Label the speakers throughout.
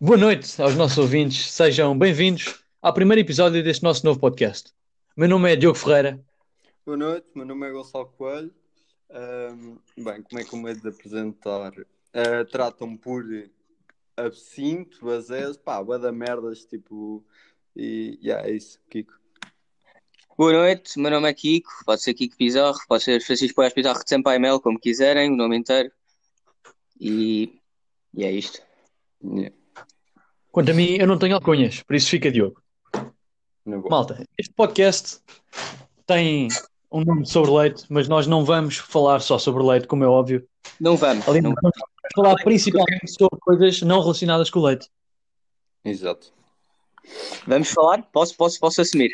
Speaker 1: Boa noite aos nossos ouvintes, sejam bem-vindos ao primeiro episódio deste nosso novo podcast. Meu nome é Diogo Ferreira.
Speaker 2: Boa noite, meu nome é Gonçalo Coelho. Ahm, bem, como é que eu me hei de apresentar? Ah, Tratam-me por absinto, azés, pá, bué da merdas, tipo. E yeah, é isso, Kiko.
Speaker 3: Boa noite, meu nome é Kiko, pode ser Kiko Pizarro, pode ser Francisco Paz Pizarro de Sampaio Mel, como quiserem, o nome inteiro. E, e é isto.
Speaker 2: Yeah,
Speaker 1: Quanto a mim, eu não tenho alcunhas, por isso fica Diogo.
Speaker 2: na boa.
Speaker 1: Malta, este podcast tem um nome sobre leite, mas nós não vamos falar só sobre leite, como é óbvio.
Speaker 3: Não vamos.
Speaker 1: Ali
Speaker 3: não-
Speaker 1: vamos falar principalmente sobre coisas não relacionadas com o leite.
Speaker 2: Exato.
Speaker 3: Vamos falar? Posso, posso, posso assumir.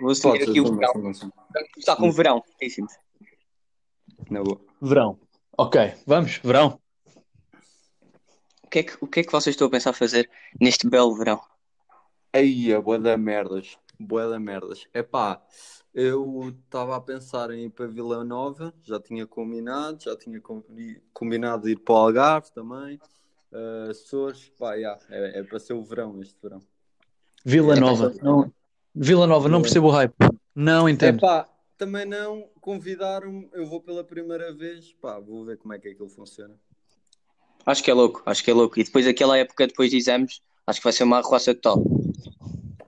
Speaker 3: Vou assumir
Speaker 2: Pode ser,
Speaker 3: aqui o
Speaker 2: sim,
Speaker 3: verão.
Speaker 2: sim, sim.
Speaker 3: Vamos começar com o verão. Sim,
Speaker 2: Na boa.
Speaker 1: Verão. Ok, vamos, verão.
Speaker 3: O que, é que, o que é que vocês estão a pensar fazer neste belo verão?
Speaker 2: Aí, boa da merdas, boa da merdas. Epá, eu estava a pensar em ir para Vila Nova, já tinha combinado, já tinha com- i- combinado de ir para o Algarve também. Uh, Açores, pá, yeah, é, é para ser o verão este verão.
Speaker 1: Vila
Speaker 3: É,
Speaker 1: Nova.
Speaker 3: tá.
Speaker 1: Não, Vila Nova, não percebo o hype. Não entendo.
Speaker 2: Epá, também não convidaram-me, eu vou pela primeira vez, pá, vou ver como é que aquilo funciona.
Speaker 3: Acho que é louco, acho que é louco. E depois aquela época, depois de exames, acho que vai ser uma arruaça total.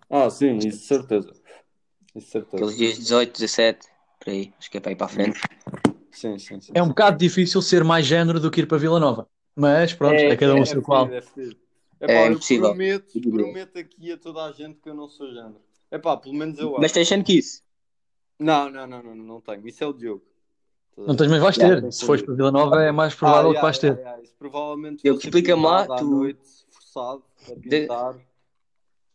Speaker 2: Ah, sim, isso certeza. Isso certeza.
Speaker 3: Aqueles dias 18, 17, por aí. Acho que é para ir para a frente.
Speaker 2: Sim, sim, sim.
Speaker 1: É um bocado difícil ser mais género do que ir para Vila Nova. Mas pronto, é, cada um o seu qual.
Speaker 2: fedido, é fedido.
Speaker 3: É
Speaker 2: Epá, eu
Speaker 3: impossível.
Speaker 2: Prometo, prometo aqui a toda a gente que eu não sou género. É pá, pelo menos eu
Speaker 3: Mas
Speaker 2: acho.
Speaker 3: tens achando que isso?
Speaker 2: Não, não, não, não, não tenho. Isso é o Diogo.
Speaker 1: Não tens, mas vais
Speaker 3: Yeah,
Speaker 1: ter.
Speaker 2: tem
Speaker 1: Se
Speaker 2: que
Speaker 1: fores
Speaker 2: ser.
Speaker 1: para Vila Nova, é mais provável
Speaker 2: Ah,
Speaker 1: que vais
Speaker 2: yeah,
Speaker 1: ter.
Speaker 2: yeah, yeah. Isso provavelmente
Speaker 3: Diogo,
Speaker 2: vou ser
Speaker 3: explica-me lá,
Speaker 2: pintado à
Speaker 3: tu-
Speaker 2: noite, forçado, a pintar.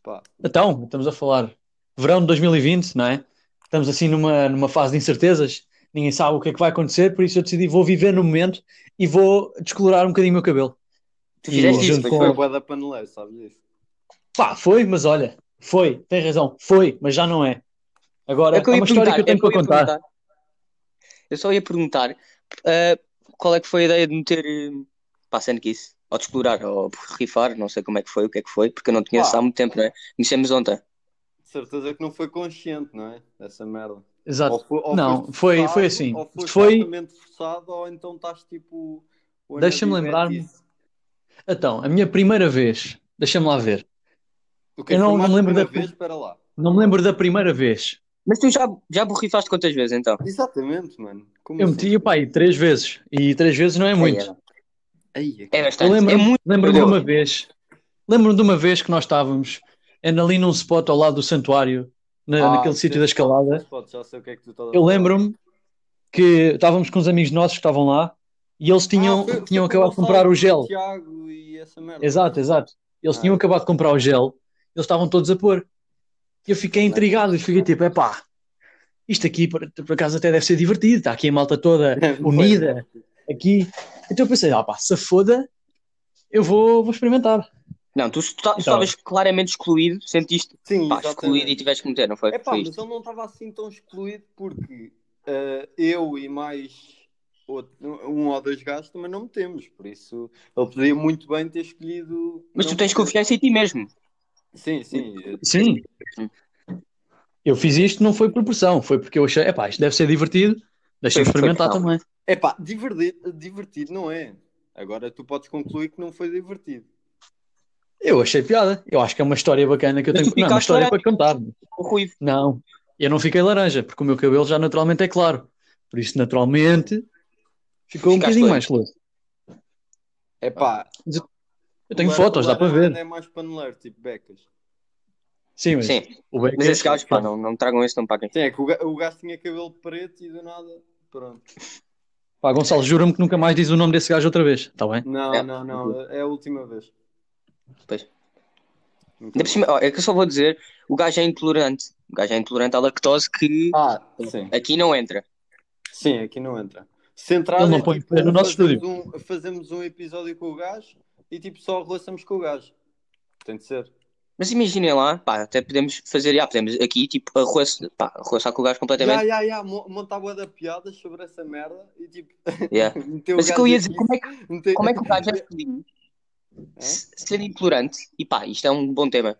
Speaker 2: Pá,
Speaker 1: Então, estamos a falar verão de 2020, não é? Estamos assim numa, numa fase de incertezas, ninguém sabe o que é que vai acontecer, por isso eu decidi vou viver no momento e vou descolorar um bocadinho o meu cabelo.
Speaker 3: Tu
Speaker 1: E
Speaker 3: fizeste
Speaker 1: junto
Speaker 3: isso?
Speaker 2: foi,
Speaker 1: com-
Speaker 2: foi bué da paneleira, sabes isso?
Speaker 1: Pá, foi, mas olha, foi, tem razão, foi, mas já não é. Agora,
Speaker 3: É que eu
Speaker 1: é
Speaker 3: ia
Speaker 1: uma história
Speaker 3: perguntar,
Speaker 1: que eu
Speaker 3: é
Speaker 1: tenho
Speaker 3: que eu
Speaker 1: para
Speaker 3: ia
Speaker 1: contar.
Speaker 3: perguntar. Eu só ia perguntar ah, qual é que foi a ideia de meter eh, passando que isso, ou de explorar, ou por rifar, não sei como é que foi, o que é que foi, porque eu não conheço
Speaker 2: Pá.
Speaker 3: há muito tempo, não é? Conhecemos ontem.
Speaker 2: De certeza que não foi consciente, não é? Essa merda.
Speaker 1: Exato.
Speaker 2: Ou foi- ou
Speaker 1: Não,
Speaker 2: foste
Speaker 1: foi-
Speaker 2: forçado,
Speaker 1: foi assim.
Speaker 2: Ou foste
Speaker 1: Foi-
Speaker 2: altamente forçado, ou então estás tipo. o
Speaker 1: Deixa-me
Speaker 2: analfabeto
Speaker 1: lembrar-me.
Speaker 2: disso.
Speaker 1: Então, a minha primeira vez, deixa-me lá ver,
Speaker 2: O que é
Speaker 1: Eu
Speaker 2: que
Speaker 1: não-
Speaker 2: foi mais
Speaker 1: não lembro
Speaker 2: uma
Speaker 1: da-
Speaker 2: vez para lá?
Speaker 1: não me lembro da primeira vez.
Speaker 3: Mas tu já, já borrifaste quantas vezes então?
Speaker 2: Exatamente, mano. Como
Speaker 1: Eu
Speaker 2: assim?
Speaker 1: meti, pá, aí três vezes, e três vezes não é muito.
Speaker 2: Ai, é que-
Speaker 3: É
Speaker 1: Eu
Speaker 3: bastante.
Speaker 1: lembro,
Speaker 3: é muito.
Speaker 1: lembro-me de
Speaker 3: Deus.
Speaker 1: uma vez, lembro-me de uma vez que nós estávamos era ali num spot ao lado do santuário, na-
Speaker 2: Ah,
Speaker 1: naquele
Speaker 2: sim.
Speaker 1: sítio da escalada.
Speaker 2: Pode, já sei o que é que tu estás a
Speaker 1: Eu
Speaker 2: falar.
Speaker 1: lembro-me que estávamos com uns amigos nossos que estavam lá e eles tinham,
Speaker 2: Ah, foi- foi
Speaker 1: tinham
Speaker 2: com
Speaker 1: acabado de
Speaker 2: Gonçalo,
Speaker 1: comprar o
Speaker 2: com
Speaker 1: gel.
Speaker 2: Tiago e essa merda.
Speaker 1: Exato, exato. Eles
Speaker 2: Ah.
Speaker 1: tinham acabado de comprar o gel, eles estavam todos a pôr. E eu fiquei intrigado e fiquei tipo, epá, isto aqui por, por acaso até deve ser divertido, está aqui a malta toda unida, aqui. Então eu pensei, ah pá, se foda, eu vou, vou experimentar.
Speaker 3: Não, tu, tu, tá-
Speaker 1: Então.
Speaker 3: tu estavas claramente excluído, sentiste
Speaker 2: Sim,
Speaker 3: pá,
Speaker 2: exatamente.
Speaker 3: excluído e tiveste que meter, não
Speaker 1: É
Speaker 3: foi?
Speaker 2: Epá,
Speaker 3: Foi
Speaker 2: mas
Speaker 3: isto.
Speaker 2: ele não estava assim tão excluído porque eh, eu e mais outro- um ou dois gajos também não metemos. Por isso, ele podia muito bem ter escolhido.
Speaker 3: Mas
Speaker 2: não
Speaker 3: tu tens
Speaker 2: meter.
Speaker 3: confiança em ti mesmo.
Speaker 2: Sim, sim. eh,
Speaker 1: Sim. Eu fiz isto não foi por pressão, foi porque eu achei, epá, isto deve ser divertido, deixa-me
Speaker 3: Foi- foi
Speaker 1: experimentar
Speaker 3: pressão.
Speaker 1: também.
Speaker 2: Epá, divertido, divertido não é. Agora tu podes concluir que não foi divertido.
Speaker 1: Eu achei piada. Eu acho que é uma história bacana que eu
Speaker 3: Mas
Speaker 1: tenho.
Speaker 3: tu
Speaker 1: Não, é uma
Speaker 3: ficaste
Speaker 1: história para contar.
Speaker 3: O Rui,
Speaker 1: Não, eu não fiquei laranja, porque o meu cabelo já naturalmente é claro. Por isso, naturalmente, ficou um
Speaker 3: Ficaste
Speaker 1: bocadinho
Speaker 3: loiro.
Speaker 1: mais loiro.
Speaker 2: Epá,
Speaker 1: Eu tenho
Speaker 2: O
Speaker 1: fotos, dá para
Speaker 2: Laranja
Speaker 1: ver.
Speaker 2: É mais paneleiro, tipo becas.
Speaker 1: Sim, mas
Speaker 3: sim.
Speaker 1: o Beck
Speaker 3: Mas
Speaker 1: é-
Speaker 3: esses gajos, pá, não, não me tragam esse, não me paguem.
Speaker 2: Sim, é que o ga- o gajo tinha cabelo preto e do nada. Pronto.
Speaker 1: Pá, Gonçalo, jura-me que nunca mais diz o nome desse gajo outra vez, está bem?
Speaker 2: Não,
Speaker 3: É.
Speaker 2: não, não. É a última vez.
Speaker 3: Pois.
Speaker 2: Nunca
Speaker 3: Ainda por cima, ó, é que eu só vou dizer, o gajo é intolerante. O gajo é intolerante à lactose que
Speaker 2: mais. Ah, sim.
Speaker 3: aqui não entra.
Speaker 2: Sim, aqui não entra. Se entrar,
Speaker 1: Ele não
Speaker 2: é,
Speaker 1: põe pé no nosso
Speaker 2: fazemos Um, fazemos um episódio com o gajo e tipo só relaçamos com o gajo. Tem de ser.
Speaker 3: Mas imaginem lá, pá, até podemos fazer, já, podemos aqui, tipo, arroçar, pá, arroçar com o gajo
Speaker 2: Ya,
Speaker 3: completamente.
Speaker 2: ya, ya. mo- Montar boa da piada sobre essa merda e tipo.
Speaker 3: Yeah.
Speaker 2: meter o
Speaker 3: Mas o que
Speaker 2: gajo
Speaker 3: eu ia
Speaker 2: aqui,
Speaker 3: dizer, como é que,
Speaker 2: meter-
Speaker 3: como é que o gajo é feliz? S- Ser intolerante, e pá, isto é um bom tema.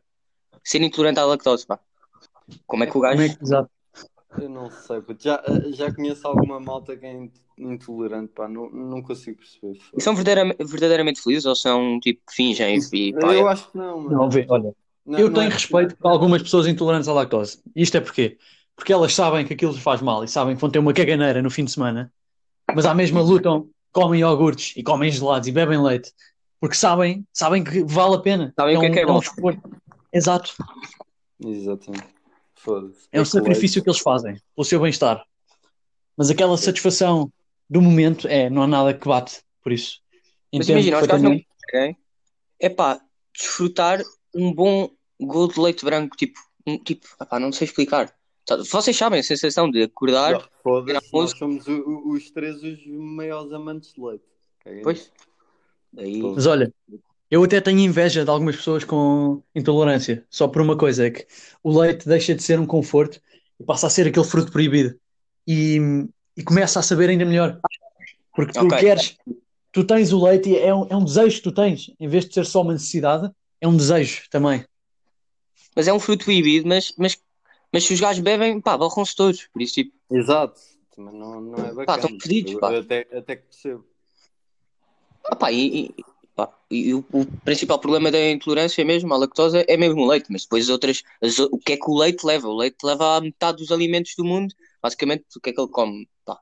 Speaker 3: Ser intolerante à lactose, pá. Como é que o gajo.
Speaker 1: Como é que- exato.
Speaker 2: Eu não sei, puto. já, já conheço alguma malta que é in- intolerante, pá, não, não consigo perceber.
Speaker 3: E São verdadeirame- verdadeiramente felizes ou são tipo que fingem e pá, é
Speaker 2: Eu acho que não, mano.
Speaker 1: é- Não, vê, olha,
Speaker 2: Não-
Speaker 1: eu
Speaker 2: não
Speaker 1: tenho
Speaker 2: é
Speaker 1: respeito por algumas pessoas intolerantes à lactose. Isto é porquê? Porque elas sabem que aquilo lhes faz mal e sabem que vão ter uma caganeira no fim de semana, mas à mesma lutam, comem iogurtes e comem gelados e bebem leite, porque sabem, sabem que vale a pena.
Speaker 3: Sabem o que é que é
Speaker 1: um
Speaker 3: bom.
Speaker 1: esforço. Exato,
Speaker 2: Exatamente. Foda-se.
Speaker 1: é um
Speaker 2: que
Speaker 1: sacrifício que eles fazem pelo seu bem-estar. Mas aquela satisfação do momento é, não há nada que bate por isso.
Speaker 3: Mas
Speaker 1: Entendo
Speaker 3: imagina, os gajos não
Speaker 1: perfeitamente.
Speaker 3: querem é pá, desfrutar um bom gol de leite branco, tipo, um, tipo, epá, não sei explicar. Tá- Vocês sabem a sensação de acordar,
Speaker 2: leite. Não, Foda-se,
Speaker 3: Não,
Speaker 2: nós somos o- o- os três os maiores amantes de leite. Caguei
Speaker 3: pois.
Speaker 2: nisso.
Speaker 3: Daí,
Speaker 2: Pô.
Speaker 1: Mas olha, eu até tenho inveja de algumas pessoas com intolerância, só por uma coisa, é que o leite deixa de ser um conforto e passa a ser aquele fruto proibido. E, e começa a saber ainda melhor. Porque tu
Speaker 3: Ok.
Speaker 1: queres, tu tens o leite e é um, é um desejo que tu tens, em vez de ser só uma necessidade, é um desejo também.
Speaker 3: mas é um fruto proibido, mas, mas, mas se os gajos bebem, pá, borram-se todos. Por isso, tipo,
Speaker 2: Exato. Mas não, não é bacana.
Speaker 3: estão fedidos,
Speaker 2: Eu-
Speaker 3: pá.
Speaker 2: eu até, até que percebo.
Speaker 3: ah, pá, e, e- pá, e o, o principal problema da intolerância mesmo, à lactose, é mesmo o leite, mas depois as outras, as o o que é que o leite leva? O leite leva a metade dos alimentos do mundo, basicamente, o que é que ele come? Pá,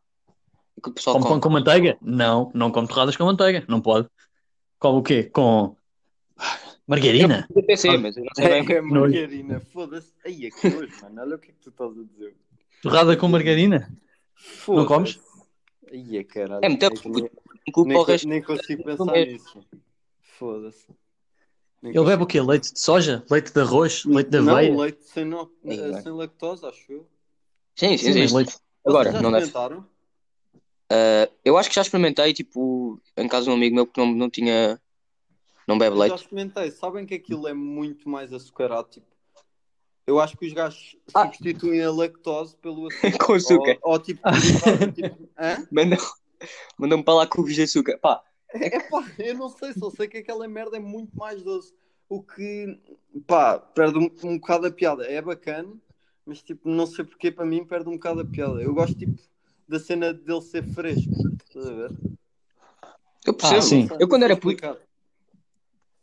Speaker 3: o que o pessoal
Speaker 1: Come
Speaker 3: come.
Speaker 1: pão com manteiga? Não, não come torradas com manteiga, não pode. Come o quê? Com margarina?
Speaker 3: Eu pensei, mas eu não sei bem É o que
Speaker 2: É, é margarina, foda-se. Aí é que nojo, mano. Olha o que é que tu estás a dizer.
Speaker 1: Torrada com margarina?
Speaker 2: Foda-se.
Speaker 1: comes?
Speaker 2: Aí é caralho.
Speaker 3: É muito
Speaker 2: que
Speaker 3: puto.
Speaker 2: nem-
Speaker 3: é que o
Speaker 2: nem,
Speaker 3: porra
Speaker 2: co- nem consigo pensar
Speaker 3: comer.
Speaker 2: nisso. Foda-se. Nem
Speaker 1: Ele bebe
Speaker 2: consigo-
Speaker 1: o quê? Leite de soja? Leite de arroz? Leite de
Speaker 2: Não,
Speaker 1: aveia?
Speaker 2: leite sem, no-
Speaker 3: Aí,
Speaker 2: eh,
Speaker 3: vai.
Speaker 2: sem lactose, acho eu.
Speaker 3: Sim, sim,
Speaker 1: Sim, mas
Speaker 3: existe.
Speaker 1: leite.
Speaker 3: Agora,
Speaker 2: Vocês já
Speaker 3: não deve.
Speaker 2: experimentaram?
Speaker 3: Ah, Eu acho que já experimentei, tipo, em casa de um amigo meu que não, não tinha. Não bebe
Speaker 2: Eu já
Speaker 3: leite.
Speaker 2: experimentei. Sabem que aquilo é muito mais açucarado. Tipo, eu acho que os gajos
Speaker 3: Ah.
Speaker 2: substituem a lactose pelo açúcar.
Speaker 3: com açúcar.
Speaker 2: Ou, ou tipo, fazem, tipo hã?
Speaker 3: Mandam- Mandam-me para lá cubos de açúcar. Pá,
Speaker 2: É pá, eu não sei, só sei que aquela merda é muito mais doce. O que, pá, perde um, um bocado a piada. É bacana, mas tipo, não sei porque para mim perde um bocado a piada. Eu gosto, tipo, da cena dele ser fresco. Estás a ver? é
Speaker 3: eu percebo.
Speaker 1: Ah, sim.
Speaker 3: Eu quando era puto,
Speaker 2: Complicado.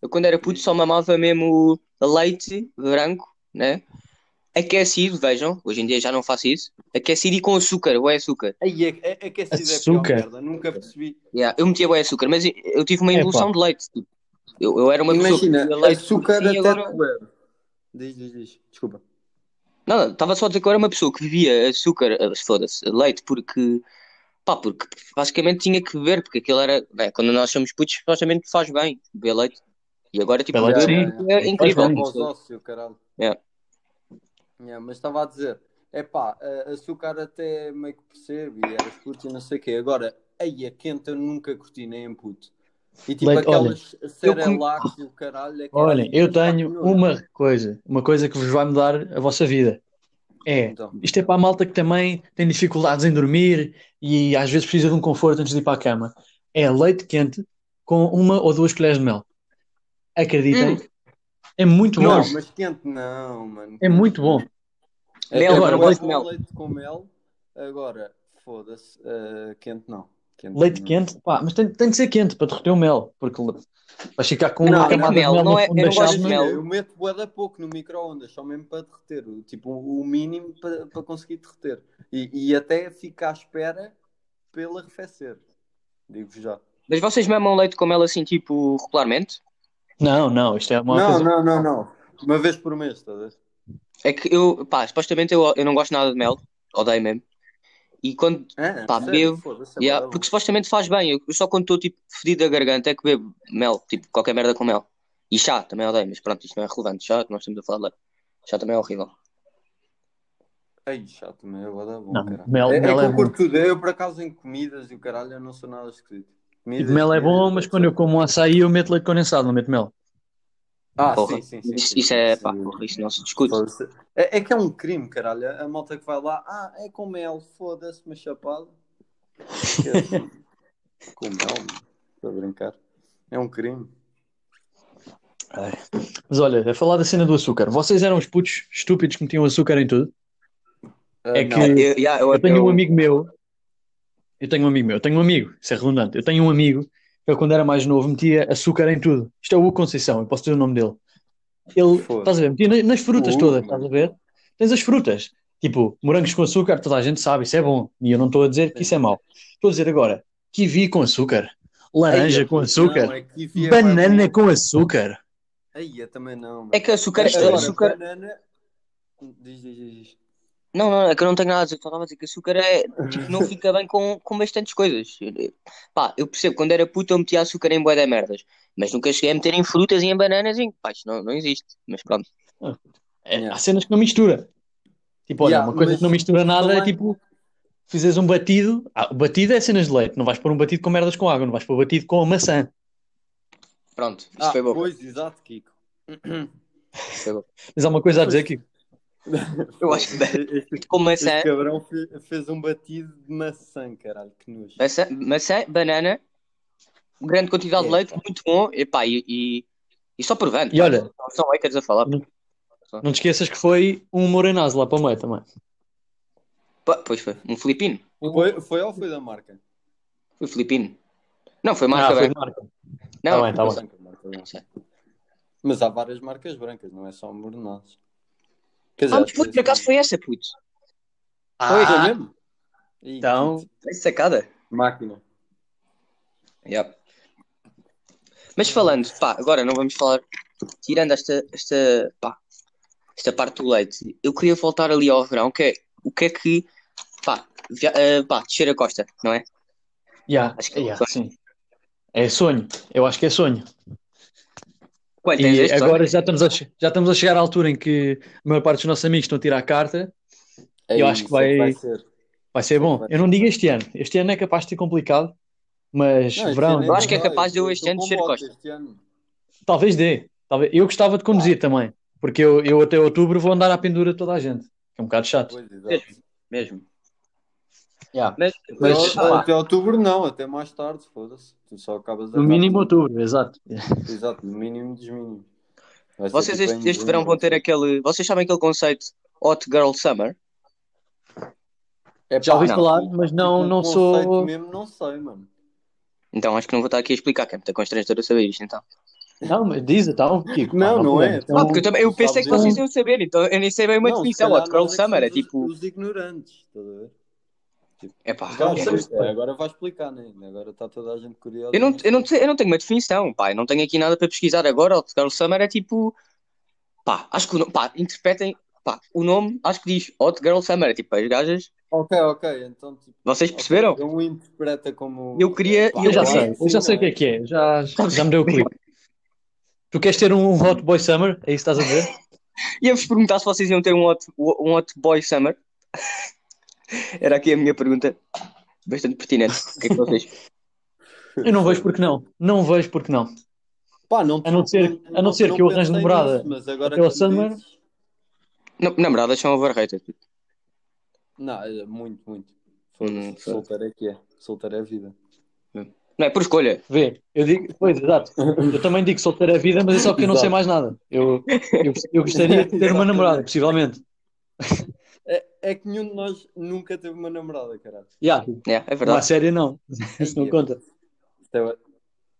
Speaker 3: eu quando era puto só mamava mesmo leite branco, né? Aquecido, vejam. Hoje em dia já não faço isso. Aquecido e com açúcar, ou açúcar.
Speaker 2: Aí é, é, é que essa ideia é pior
Speaker 1: Açúcar.
Speaker 2: merda. Nunca percebi.
Speaker 3: Yeah, Eu metia o açúcar, mas eu tive uma
Speaker 1: Epá.
Speaker 3: evolução de leite. tipo. Eu, eu era uma pessoa que
Speaker 2: Imagina,
Speaker 3: bebia leite
Speaker 2: açúcar
Speaker 3: e
Speaker 2: até
Speaker 3: agora-
Speaker 2: comer. Diz, diz, diz. Desculpa.
Speaker 3: Não, estava só a dizer que eu era uma pessoa que bebia açúcar, eh, foda-se, leite, porque, pá, porque basicamente tinha que beber, porque aquilo era, bem, quando nós somos putos, supostamente faz bem beber leite. E agora, tipo,
Speaker 1: Beber
Speaker 3: beber
Speaker 1: leite,
Speaker 2: sim.
Speaker 3: é incrível.
Speaker 1: Faz bem.
Speaker 2: Aos ósseos, caralho.
Speaker 3: É.
Speaker 2: É, mas estava a dizer, é pá, açúcar até meio que percebo e era puto e não sei o quê. Agora, aí a quente eu nunca curti nem em puto. E tipo
Speaker 1: Leite,
Speaker 2: aquelas
Speaker 1: eu
Speaker 2: Cerelac e o caralho. é que era
Speaker 1: Olhem,
Speaker 2: assim,
Speaker 1: eu
Speaker 2: mas pá,
Speaker 1: tenho
Speaker 2: que nojo.
Speaker 1: uma coisa, uma coisa que vos vai mudar a vossa vida. É,
Speaker 2: Então,
Speaker 1: isto é para a malta que também tem dificuldades em dormir e às vezes precisa de um conforto antes de ir para a cama. É leite quente com uma ou duas colheres de mel.
Speaker 3: Hum.
Speaker 1: Acreditem, é muito bom.
Speaker 2: não, mas quente não, mano.
Speaker 1: É muito bom.
Speaker 3: Mel,
Speaker 1: agora,
Speaker 2: eu gosto
Speaker 3: leite
Speaker 2: de
Speaker 3: com mel.
Speaker 2: leite com mel. Agora, foda-se, eh, quente não. Quente
Speaker 1: Leite
Speaker 2: não.
Speaker 1: quente, pá, mas tem, tem de ser quente para derreter o mel, porque vais ficar com
Speaker 2: Não,
Speaker 1: uma
Speaker 2: não,
Speaker 1: camada
Speaker 3: mel,
Speaker 1: de mel
Speaker 3: não
Speaker 1: no
Speaker 3: é-
Speaker 1: fundo
Speaker 3: eu
Speaker 1: da
Speaker 3: não gosto de
Speaker 1: chávena.
Speaker 3: mel.
Speaker 2: Imagina, eu meto bué da pouco no micro-ondas, só mesmo para derreter, o- tipo o o mínimo para, para conseguir derreter. E, e até fica à espera pelo arrefecer. Digo-vos já.
Speaker 3: Mas vocês mamam leite como ela, assim, tipo, regularmente?
Speaker 1: Não, não, isto é uma
Speaker 2: não,
Speaker 1: coisa.
Speaker 2: não, não, não. Uma vez por mês, estás a ver?
Speaker 3: É que eu, pá, supostamente eu, eu não gosto nada de mel, odeio mesmo. E quando,
Speaker 2: É,
Speaker 3: Pá,
Speaker 2: sério,
Speaker 3: bebo.
Speaker 2: foda-se, é
Speaker 3: yeah,
Speaker 2: bué da bom.
Speaker 3: porque supostamente faz bem, eu eu só quando estou, tipo, fedido da garganta é que bebo mel, tipo, qualquer merda com mel. E chá, também odeio, mas pronto, isto não é relevante, chá, nós estamos a falar de leite. Chá também é horrível.
Speaker 2: Ei, chato, também é bué da bom,
Speaker 1: Não,
Speaker 2: caralho.
Speaker 1: mel-
Speaker 2: é, é
Speaker 1: mel
Speaker 2: que
Speaker 1: é
Speaker 2: eu
Speaker 1: bom.
Speaker 2: curto tudo. Eu, por acaso, em comidas e o caralho, eu não sou nada esquisito.
Speaker 1: E
Speaker 2: Comidas,
Speaker 1: de mel é bom,
Speaker 2: comidas,
Speaker 1: mas quando eu
Speaker 2: etc.
Speaker 1: como um açaí eu meto leite condensado, não meto mel.
Speaker 2: Ah,
Speaker 3: Porra.
Speaker 2: sim, sim, sim.
Speaker 3: Isso,
Speaker 2: sim,
Speaker 3: isso é,
Speaker 2: sim,
Speaker 3: pá,
Speaker 2: sim.
Speaker 3: porra, isso não se discute.
Speaker 2: Foda-se. É, é que é um crime, caralho. A malta que vai lá, ah, é com mel, foda-se, mas chapado. Esquece. com mel, estou a brincar. É um crime.
Speaker 1: Ai. Mas olha, a falar da cena do açúcar, vocês eram os putos estúpidos que metiam açúcar em tudo?
Speaker 2: Ah,
Speaker 1: É
Speaker 2: não.
Speaker 1: que
Speaker 3: Eu, yeah, eu-
Speaker 1: eu tenho
Speaker 3: eu-
Speaker 1: um amigo meu. Eu tenho um amigo meu, eu tenho um amigo, isso é redundante. Eu tenho um amigo que ele, quando era mais novo, metia açúcar em tudo. Isto é o Hugo Conceição, eu posso dizer o nome dele. Ele,
Speaker 2: Foda.
Speaker 1: estás a ver, metia nas, nas frutas
Speaker 2: O Hugo,
Speaker 1: todas,
Speaker 2: Uh,
Speaker 1: estás
Speaker 2: mano.
Speaker 1: a ver? Tens as frutas, tipo morangos com açúcar, toda a gente sabe, isso é bom. E eu não estou a dizer que isso é mau. Estou a dizer agora, kiwi com açúcar, laranja
Speaker 2: Eia,
Speaker 1: com açúcar,
Speaker 2: não, é que havia
Speaker 1: banana
Speaker 2: bué bom.
Speaker 1: com açúcar.
Speaker 2: Aí, eu também não.
Speaker 3: É que açúcar,
Speaker 1: Esta hora.
Speaker 3: açúcar
Speaker 2: banana. Diz, diz, diz. diz.
Speaker 3: Não, não, é que eu não tenho nada a dizer. Eu Estava a dizer que açúcar é, tipo, não fica bem com, com bastantes coisas. Pá, eu percebo, quando era puto eu metia açúcar em bué de merdas. Mas nunca cheguei a meter em frutas e em bananas. E, pá, isto não, não existe. Mas pronto.
Speaker 1: É,
Speaker 2: Yeah.
Speaker 1: Há cenas que não mistura. Tipo, olha,
Speaker 2: Yeah,
Speaker 1: uma coisa
Speaker 2: mas
Speaker 1: que não mistura nada é
Speaker 2: também-
Speaker 1: tipo, fizes um batido, ah, o batido é cenas de leite, não vais pôr um batido com merdas com água, não vais pôr um batido com maçã.
Speaker 3: Pronto, isto
Speaker 2: Ah,
Speaker 3: foi bom.
Speaker 2: pois, exato, Kiko.
Speaker 1: Mas há uma coisa a dizer que
Speaker 3: Eu acho é- que
Speaker 2: Este,
Speaker 3: com maçã,
Speaker 2: este cabrão fe- fez, um batido de maçã, caralho, que nojo.
Speaker 3: maçã, maçã, banana, grande quantidade de
Speaker 2: É.
Speaker 3: leite, muito bom. E pá, e, e, e só provando.
Speaker 1: E olha-
Speaker 3: São haters a falar.
Speaker 1: não te esqueças que foi um morenazo lá para o meio também.
Speaker 3: Pá, pois foi, um filipino.
Speaker 2: Foi, foi ou foi da marca?
Speaker 3: Foi filipino. Não, foi
Speaker 1: Ah,
Speaker 3: marca
Speaker 1: foi
Speaker 3: branca.
Speaker 1: de marca.
Speaker 3: Não,
Speaker 1: Tá bem, tá
Speaker 3: não
Speaker 1: bem.
Speaker 3: sei,
Speaker 2: Marca, marca, não
Speaker 3: não sei.
Speaker 2: Mas há várias marcas brancas, não é só o Morenoso. Quer
Speaker 3: Ah, mas
Speaker 2: às
Speaker 3: puto, por
Speaker 2: vezes-
Speaker 3: acaso foi essa, puto.
Speaker 2: Foi, foi
Speaker 1: Ah,
Speaker 2: mesmo? Ih,
Speaker 1: então-
Speaker 2: que
Speaker 3: Foi sacada.
Speaker 2: Máquina.
Speaker 3: Yep. Mas falando, pá, agora não vamos falar, tirando esta, esta, pá, esta parte do leite, eu queria voltar ali ao verão, que é, o que é que, pá, via, eh, pá, descer a costa, não é?
Speaker 1: yeah,
Speaker 3: Acho que-
Speaker 1: yeah, sim. É sonho, eu acho que é sonho.
Speaker 3: Quanto é tens
Speaker 1: E
Speaker 3: este,
Speaker 1: agora
Speaker 3: olha?
Speaker 1: já estamos, a, che- já estamos a chegar à altura em que a maior parte dos nossos amigos estão a tirar a carta.
Speaker 2: É
Speaker 1: Eu acho que
Speaker 2: isso, é
Speaker 1: vai-
Speaker 2: ser.
Speaker 1: Vai ser bom.
Speaker 2: Vai.
Speaker 1: Eu não digo este ano, este ano é capaz de ser complicado, mas
Speaker 2: Não, este
Speaker 1: verão.
Speaker 2: ano
Speaker 3: Eu acho que é
Speaker 2: verdade,
Speaker 3: capaz de eu
Speaker 2: eu
Speaker 3: este
Speaker 2: tô
Speaker 3: ano
Speaker 2: com
Speaker 3: descer
Speaker 2: botas
Speaker 3: Costa.
Speaker 2: este ano.
Speaker 1: Talvez dê. Talvez. Eu gostava de conduzir também, porque eu, eu até outubro vou andar à pendura de toda a gente. É um bocado chato.
Speaker 2: Pois, exato.
Speaker 3: Mesmo.
Speaker 1: Yeah.
Speaker 3: Mas,
Speaker 1: Mas,
Speaker 2: Até-
Speaker 1: pá.
Speaker 2: ah, até outubro não, até mais tarde, foda-se. Tu só acabas a
Speaker 1: No mínimo outubro, exato.
Speaker 2: Exato, no mínimo dos mínimos. Vai ser
Speaker 3: vocês
Speaker 2: tipo
Speaker 3: este,
Speaker 2: em
Speaker 3: este
Speaker 2: junho,
Speaker 3: verão vão
Speaker 2: vai
Speaker 3: ter
Speaker 2: ser.
Speaker 3: aquele, vocês sabem aquele conceito Hot Girl Summer?
Speaker 2: É
Speaker 1: Já
Speaker 2: pá,
Speaker 1: ouvi
Speaker 3: não.
Speaker 1: falar, mas não,
Speaker 2: tipo,
Speaker 1: não
Speaker 2: um
Speaker 1: sou.
Speaker 2: conceito mesmo não sei, mano.
Speaker 3: Então acho que não vou estar aqui a explicar, que é muito constrangedor eu saber isto, então.
Speaker 1: Não, mas diz então, Kiko.
Speaker 2: Não,
Speaker 1: pá,
Speaker 2: não é.
Speaker 1: podemos. Então,
Speaker 3: Ah, porque eu, também, eu
Speaker 2: tu
Speaker 3: pensei que
Speaker 2: sabes,
Speaker 3: vocês
Speaker 1: eu-
Speaker 3: iam saber, então eu nem sei bem uma
Speaker 2: Não, se
Speaker 3: definição,
Speaker 2: calhar
Speaker 3: Hot Girl
Speaker 2: nós é que
Speaker 3: Summer, é
Speaker 2: somos os-
Speaker 3: tipo,
Speaker 2: Os ignorantes, estás a ver?
Speaker 3: epá,
Speaker 2: Claro,
Speaker 3: é-
Speaker 1: sei.
Speaker 2: isto é, agora vai explicar, né? Agora está toda a gente curiosa.
Speaker 3: Eu não, eu, não, sei- eu não tenho uma definição, pá. Eu não tenho aqui nada para pesquisar agora. O Girl Summer é tipo. Pá, acho que o nome. Pá, interpretem. Pá, o nome acho que diz Hot Girl Summer. É tipo, as gajas.
Speaker 2: Ok, ok, então tipo.
Speaker 3: Vocês
Speaker 2: ok,
Speaker 3: perceberam?
Speaker 2: cada um interpreta como. é,
Speaker 3: Eu queria-
Speaker 2: Pá,
Speaker 1: Eu já
Speaker 3: eu-
Speaker 1: sei, eu já sei o que é que é. Já, já me deu o clique. Tu queres ter um Hot Boy Summer? É isso que estás a dizer?
Speaker 3: Ia-vos perguntar se vocês iam ter um hot, um hot Boy Summer. Era aqui a minha pergunta. Bastante pertinente. O que é que vocês.
Speaker 1: Eu não vejo porque não. Não vejo porque não.
Speaker 2: Pá, não,
Speaker 1: A não ser- a não ser que eu arranje
Speaker 2: pensei
Speaker 1: namorada
Speaker 2: nisso, mas agora
Speaker 1: até ao
Speaker 2: que tu
Speaker 1: summer.
Speaker 2: dizes-
Speaker 3: Não, namoradas são overrated.
Speaker 2: Não, é muito, muito.
Speaker 3: Hum,
Speaker 2: Foda-se, solteiro é que é. Solteiro é a vida.
Speaker 3: Não é por escolha.
Speaker 1: Vê, eu digo, pois, exato. Eu também digo soltar a vida, mas é só porque eu não sei
Speaker 2: Exato.
Speaker 1: mais nada. Eu, eu, eu gostaria de ter uma
Speaker 2: Exatamente.
Speaker 1: namorada, possivelmente.
Speaker 2: É, é que nenhum de nós nunca teve uma namorada, caralho.
Speaker 1: Yeah,
Speaker 3: É, é
Speaker 1: uma
Speaker 3: verdade.
Speaker 1: série não. Isso não
Speaker 2: Ai,
Speaker 1: conta.
Speaker 2: Isto é-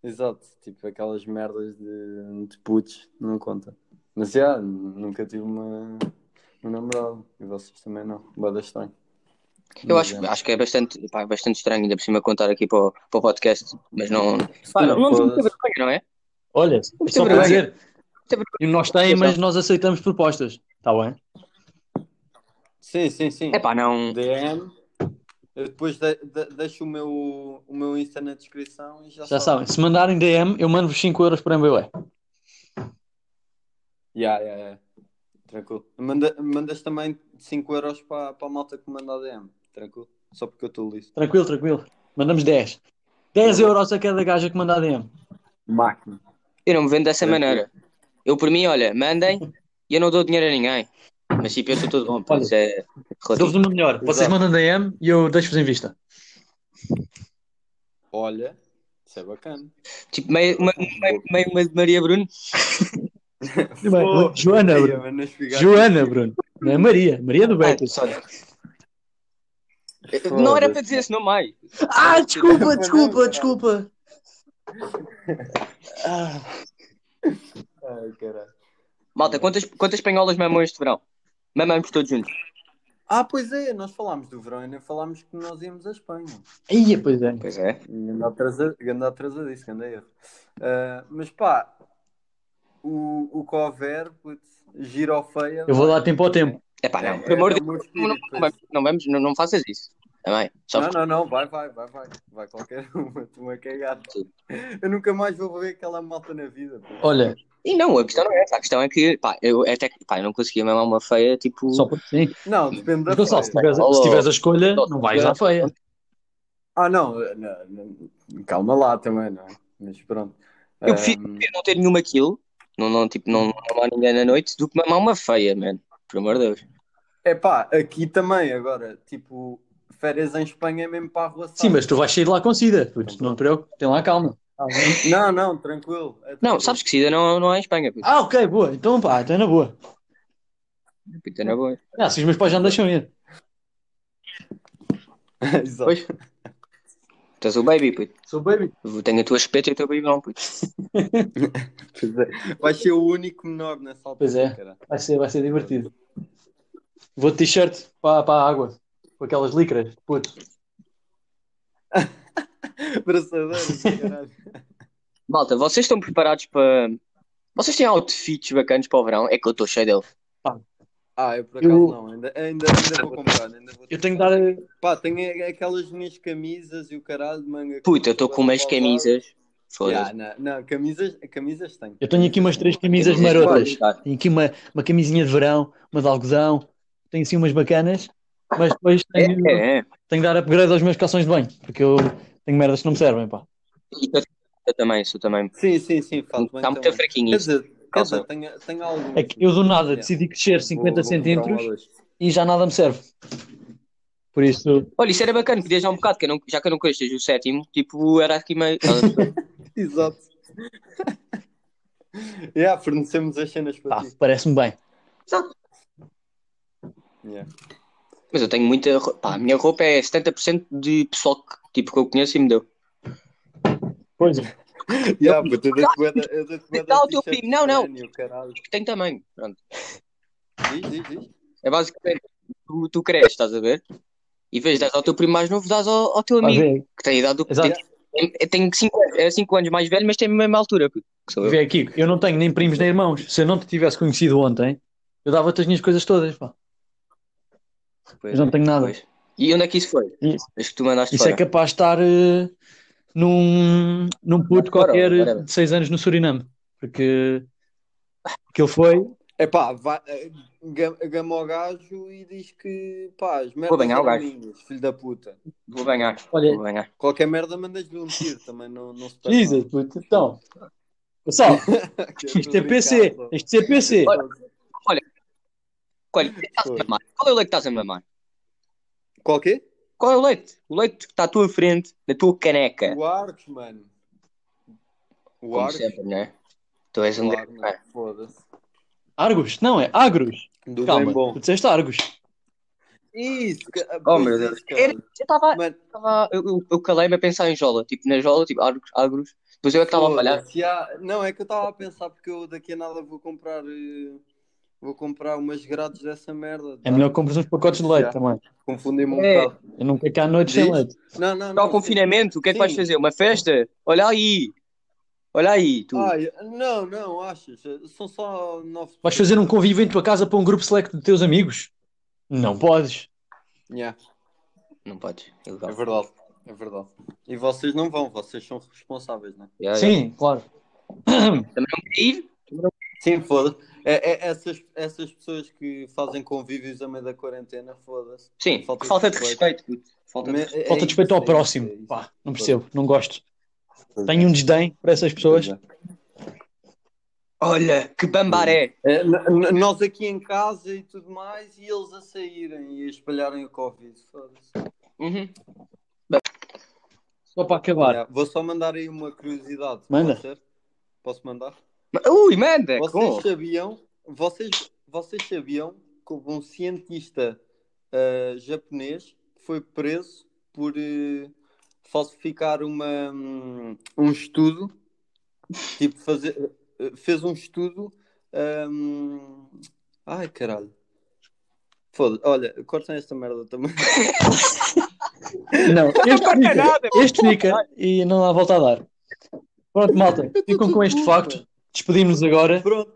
Speaker 2: Exato, tipo aquelas merdas de, de putos, não conta. Mas já, nunca tive uma, uma namorada. E vocês também não. Bada estranho.
Speaker 3: Eu acho,
Speaker 2: Mas é.
Speaker 3: acho que é bastante, pá, é bastante estranho, ainda por cima, contar aqui para o, para o podcast. Mas não. Pá, não, não, não,
Speaker 2: Foda-se.
Speaker 3: não é?
Speaker 1: Olha,
Speaker 3: Muito
Speaker 1: só para
Speaker 3: vergonha.
Speaker 1: dizer,
Speaker 3: Muito vergonha.
Speaker 1: e nós tem, mas nós aceitamos propostas. Está bem?
Speaker 2: Sim, sim, sim.
Speaker 3: É pá, não.
Speaker 2: DM. Eu depois de- de- deixo o meu, o meu Insta na descrição e já,
Speaker 1: Já sabem, se mandarem DM, eu mando-vos 5 euros por MBUE.
Speaker 2: Ya, ya, ya. Tranquilo. Manda, mandas também 5 euros para, para a malta que manda a DM. Tranquilo. Só porque eu estou liso.
Speaker 1: Tranquilo, tranquilo. Mandamos 10. 10 euros a cada gaja que mandar DM.
Speaker 2: Máquina.
Speaker 3: Eu não me vendo dessa
Speaker 2: Tranquilo.
Speaker 3: maneira. Eu, por mim, olha, mandem e eu não dou dinheiro a ninguém. Mas tipo, eu sou todo bom, pá,
Speaker 1: Olha,
Speaker 3: isso é
Speaker 1: Dou-vos
Speaker 3: relativo.
Speaker 1: uma melhor. Vocês
Speaker 2: Exato.
Speaker 1: mandam DM e eu deixo-vos em vista.
Speaker 2: Olha, é isso é bacana.
Speaker 3: Tipo, meio, uma- meio, meio uma de Maria Bruno.
Speaker 1: Primeiro, Joana,
Speaker 2: Ei,
Speaker 1: Bruno.
Speaker 2: mano, nas figas-
Speaker 1: Joana, Bruno. Não é Maria. Maria do
Speaker 3: Ai,
Speaker 1: Betis.
Speaker 3: Ah, sorry. Não era para dizer esse nome, ai.
Speaker 1: Ah, desculpa, desculpa, desculpa. Ah,
Speaker 3: assim.
Speaker 2: Ai, caralho.
Speaker 3: Malta, quantas, quantas espanholas mamões este verão? Mamamos todos juntos.
Speaker 2: Ah, pois é, nós falámos do verão e nem falámos que nós íamos à Espanha.
Speaker 1: ia, pois é.
Speaker 3: Pois é.
Speaker 2: Ganda atrasa- ganda atrasadice, ganda erro. Ah, mas pá, o, o que houver, putz, gira ou feia.
Speaker 1: Eu vou dar tempo ao tempo.
Speaker 3: É pá, não.
Speaker 2: É,
Speaker 3: Por amor
Speaker 2: é
Speaker 3: de
Speaker 2: o meu
Speaker 3: Deus, não,
Speaker 2: espírito,
Speaker 3: não vamos, não, vamos, não, não faças isso. Também. Só
Speaker 2: Não, não, não, vai, vai, vai, vai. Vai qualquer uma, tu me cagar.
Speaker 3: Sim.
Speaker 2: Eu nunca mais vou ver aquela malta na vida. pô.
Speaker 1: Olha,
Speaker 3: E não, a questão não é essa. A questão é que, pá, eu até que, pá, eu não conseguia mamar uma feia, tipo...
Speaker 1: só para sim.
Speaker 2: Não, é depende da
Speaker 1: Mas, Gonçalo, se
Speaker 2: feia.
Speaker 1: tiveres, se tiveres a escolha,
Speaker 3: Não, é
Speaker 1: não vais à feia.
Speaker 2: Ah, não, não, não, calma lá também, não é? Mas pronto.
Speaker 3: Eu prefiro-
Speaker 2: Ahm,
Speaker 3: não ter nenhuma kill, não, não, tipo, não, não mamar ninguém na noite, do que mamar uma feia, mano. Por amor de Deus.
Speaker 2: Epá, aqui também agora, tipo, férias em Espanha é mesmo para a rua
Speaker 1: Sim,
Speaker 2: sabe?
Speaker 1: mas tu vais sair de lá com sida. Putz, Não te preocupes, tem lá calma.
Speaker 2: Não, não, tranquilo. é
Speaker 3: Não,
Speaker 2: tranquilo.
Speaker 3: sabes que Sida não, não é em Espanha, puto.
Speaker 1: Ah, ok, boa. Então pá, então é na boa.
Speaker 3: Puto, é na boa.
Speaker 1: Ah, se os meus pais já não deixam ir.
Speaker 2: Exato.
Speaker 3: Pois. Tu és o baby, puto.
Speaker 1: Sou baby.
Speaker 3: Tenho a tua espeta e o teu baby não, puto.
Speaker 2: Pois é. Vai ser o único menor nessa altura.
Speaker 1: Pois é.
Speaker 2: cara.
Speaker 1: Vai ser, vai ser divertido. Vou de t-shirt para, para a água. Com aquelas licras. Puto.
Speaker 2: Abraçadeiros, caralho.
Speaker 3: Malta, vocês estão preparados para... Vocês têm outfits bacanas para o verão? É que eu estou cheio dele.
Speaker 2: Ah, eu por acaso
Speaker 1: Eu-
Speaker 2: não, ainda, ainda, ainda vou comprar. Ainda vou
Speaker 1: Eu tenho que dar. a-
Speaker 2: Pá, tenho a- aquelas minhas camisas e o caralho de manga.
Speaker 3: Puta, eu estou com umas camisas.
Speaker 2: Yeah,
Speaker 3: Foda-se.
Speaker 2: não, não, camisas, camisas tenho.
Speaker 1: Eu tenho aqui umas três camisas
Speaker 2: Camisas
Speaker 1: marotas.
Speaker 3: Claro.
Speaker 1: Tenho aqui uma, uma camisinha de verão, uma de algodão. Tenho assim umas bacanas. Mas depois tenho,
Speaker 3: É, é.
Speaker 1: tenho que dar upgrade aos meus calções de banho. Porque eu tenho merdas que não me servem, pá.
Speaker 3: E Eu, eu também, isso eu também.
Speaker 2: Sim, sim, sim, então falo bem
Speaker 1: então
Speaker 3: Está Tá muito
Speaker 2: também.
Speaker 3: fraquinho
Speaker 2: Quer
Speaker 3: isso.
Speaker 2: dizer, quer
Speaker 3: Calça.
Speaker 2: dizer, tenho, tenho algumas.
Speaker 1: É que eu do nada
Speaker 2: Yeah.
Speaker 1: decidi crescer 50
Speaker 2: Vou- vou comprar uma
Speaker 1: centímetros
Speaker 2: ou duas.
Speaker 1: e já nada me serve. Por isso,
Speaker 3: Olha, isso era bacana, podias dar um bocado, que eu não, já que eu não conheço desde o sétimo, tipo, era aqui meio. Estás a perceber?
Speaker 2: Exato. yeah, fornecemos as cenas para
Speaker 1: pá,
Speaker 2: ti.
Speaker 1: parece-me bem.
Speaker 2: Yeah.
Speaker 3: Mas eu tenho muita roupa. Pá, a minha roupa é 70% de pessoal que, tipo, que eu conheço e me deu.
Speaker 1: Pois é.
Speaker 2: Yeah, puta, eu dou-te bué da- eu dou-te bué da
Speaker 3: Dá o teu
Speaker 2: t-shirt
Speaker 3: primo. Não, não.
Speaker 2: estranho, caralho.
Speaker 3: Que tem tamanho. Pronto.
Speaker 2: Diz, diz, diz.
Speaker 3: É basicamente, tu, tu cresces, estás a ver? E vês, dás ao teu primo mais novo, dás ao, ao teu
Speaker 1: Pá,
Speaker 3: amigo,
Speaker 1: vê,
Speaker 3: que tem a idade do que
Speaker 1: é- Exato.
Speaker 3: tem. tem- Tem 5 anos, é 5 anos mais velho, mas tem a mesma altura. puto, Que sou eu.
Speaker 1: vê aqui, eu não tenho nem primos nem irmãos. Se eu não te tivesse conhecido ontem, eu dava-te as minhas coisas todas, pá.
Speaker 3: Pois,
Speaker 1: Eu não tenho nada.
Speaker 3: pois. E onde é que isso foi?
Speaker 1: Isso.
Speaker 3: Acho que tu mandaste
Speaker 1: Isso
Speaker 3: fora.
Speaker 1: é capaz de estar eh, num, num puto
Speaker 3: Fora,
Speaker 1: qualquer eh,
Speaker 3: whatever.
Speaker 1: de 6 anos no Suriname. Porque que ele foi.
Speaker 2: Epá, vá, eh, ga- gama ao gajo e diz que pá, as merdas
Speaker 3: ganhar o
Speaker 2: eram
Speaker 3: gajo.
Speaker 2: minhas, filho da puta.
Speaker 3: Vou ganhar.
Speaker 1: Olha,
Speaker 3: Vou ganhar.
Speaker 2: Qualquer merda mandas-lhe um tiro também, não, não se perde
Speaker 1: Jesus, puto. Então, pessoal,
Speaker 2: nada.
Speaker 1: isto é PC.
Speaker 2: Obrigado.
Speaker 1: Isto é PC.
Speaker 3: Olha, o que estás a
Speaker 2: Foi.
Speaker 3: mamar? Qual é o leite que estás a mamar?
Speaker 2: Qual quê?
Speaker 3: Qual é o leite? O leite que está à tua frente, na tua caneca.
Speaker 2: O Arcos, mano. O
Speaker 3: É. Como
Speaker 2: Arcos.
Speaker 3: sempre, não é? Tu és um
Speaker 2: Claro,
Speaker 3: grande fã.
Speaker 2: mano. Foda-se.
Speaker 1: Argos, não é? Agros.
Speaker 2: Do
Speaker 1: Calma,
Speaker 2: bem bom.
Speaker 1: tu disseste Argos.
Speaker 2: Isso, ca-
Speaker 3: Oh, meu Deus.
Speaker 2: isso, cara.
Speaker 3: Era- Eu estava.
Speaker 2: Mano,
Speaker 3: Eu, eu, eu calei-me a pensar em Jola, tipo, na Jola, tipo, agros, agros. Depois eu é que estava a falhar.
Speaker 2: foda-se, já- Não, é que eu estava a pensar porque eu daqui a nada vou comprar. eh, Vou comprar umas grades dessa merda.
Speaker 1: É melhor que compres uns pacotes de leite
Speaker 2: Já.
Speaker 1: também.
Speaker 2: Confundi-me um
Speaker 3: É.
Speaker 2: bocado.
Speaker 1: Eu nunca cá à noite sem
Speaker 2: Diz?
Speaker 1: leite.
Speaker 2: Não, não,
Speaker 3: Está
Speaker 2: não.
Speaker 3: o confinamento, o que é que
Speaker 2: Sim.
Speaker 3: vais fazer? Uma festa? Olha aí! Olha aí, tu.
Speaker 2: Ai, Ah, não, não, achas? São só nove.
Speaker 1: Vais fazer um convívio em tua casa para um grupo selecto de teus amigos? Não podes. um-
Speaker 2: Yeah,
Speaker 3: Não podes.
Speaker 2: é
Speaker 3: Ilegal.
Speaker 2: verdade, é verdade. E vocês não vão, vocês são responsáveis, não é?
Speaker 3: Já, já.
Speaker 1: Sim, claro.
Speaker 3: Também não queria ir.
Speaker 2: Sim, foda-se. É, é- essas, essas pessoas que fazem convívios a meio da quarentena, foda-se.
Speaker 3: Sim,
Speaker 2: Falta
Speaker 3: falta,
Speaker 2: de
Speaker 3: de
Speaker 2: respeito.
Speaker 3: respeito. puto. Falta de
Speaker 2: Me-
Speaker 3: respeito.
Speaker 2: é
Speaker 1: Falta de
Speaker 2: isso,
Speaker 1: respeito ao
Speaker 2: é
Speaker 1: próximo.
Speaker 2: isso, é isso.
Speaker 1: Pá, não percebo, não gosto. Tenho um desdém para essas
Speaker 3: é.
Speaker 1: pessoas.
Speaker 2: é.
Speaker 3: Olha, que bambaré!
Speaker 2: É, n- n- nós aqui em casa e tudo mais, e eles a saírem e a espalharem o Covid. foda-se.
Speaker 3: Uhum.
Speaker 1: Só para acabar.
Speaker 2: É. Yeah, Vou só mandar aí uma curiosidade.
Speaker 1: Manda.
Speaker 2: Pode ser? Posso mandar?
Speaker 3: Uhum. Ui,
Speaker 1: É
Speaker 3: manda!
Speaker 2: Vocês
Speaker 3: com-
Speaker 2: sabiam, vocês, vocês sabiam que houve um cientista ah, japonês que foi preso por eh, falsificar uma, hum, um estudo, tipo fazer, eh, fez um estudo, hum, ai caralho, foda olha, cortem esta merda também.
Speaker 1: Não, este
Speaker 3: corta
Speaker 1: fica,
Speaker 3: nada,
Speaker 1: este fica e não há volta a dar. Pronto, malta, ficam com este facto. Despedimos-nos agora.
Speaker 2: Pronto,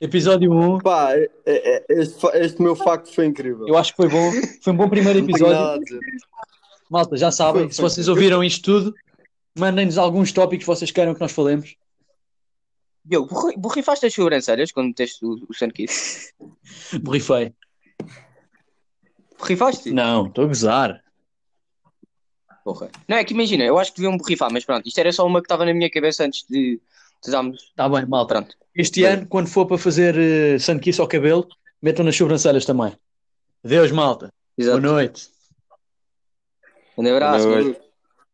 Speaker 1: Episódio 1.
Speaker 2: pá, é- é- este, fa- este meu facto foi incrível.
Speaker 1: Eu acho que foi bom. Foi um bom primeiro
Speaker 2: Não tenho
Speaker 1: episódio.
Speaker 2: nada a dizer.
Speaker 1: Malta, já sabem, se vocês ouviram isto tudo, mandem-nos alguns tópicos que vocês queiram que nós falemos.
Speaker 3: Diogo, borri- borrifaste as sobrancelhas quando meteste o, o Sunkiss?
Speaker 1: Borrifei.
Speaker 3: Borrifaste?
Speaker 1: Não, estou a gozar.
Speaker 3: Porra. Não, é que imagina, eu acho que deviam borrifar, mas pronto, isto era só uma que estava na minha cabeça antes de, de darmos.
Speaker 1: Está Tá bem, malta.
Speaker 3: Pronto.
Speaker 1: Este ano, quando for para fazer eh, sunkiss ao cabelo, metam nas sobrancelhas também. Adeus, malta. Boa
Speaker 3: Exato.
Speaker 1: noite.
Speaker 3: Um abraço.
Speaker 2: Boa noite.
Speaker 3: maluco.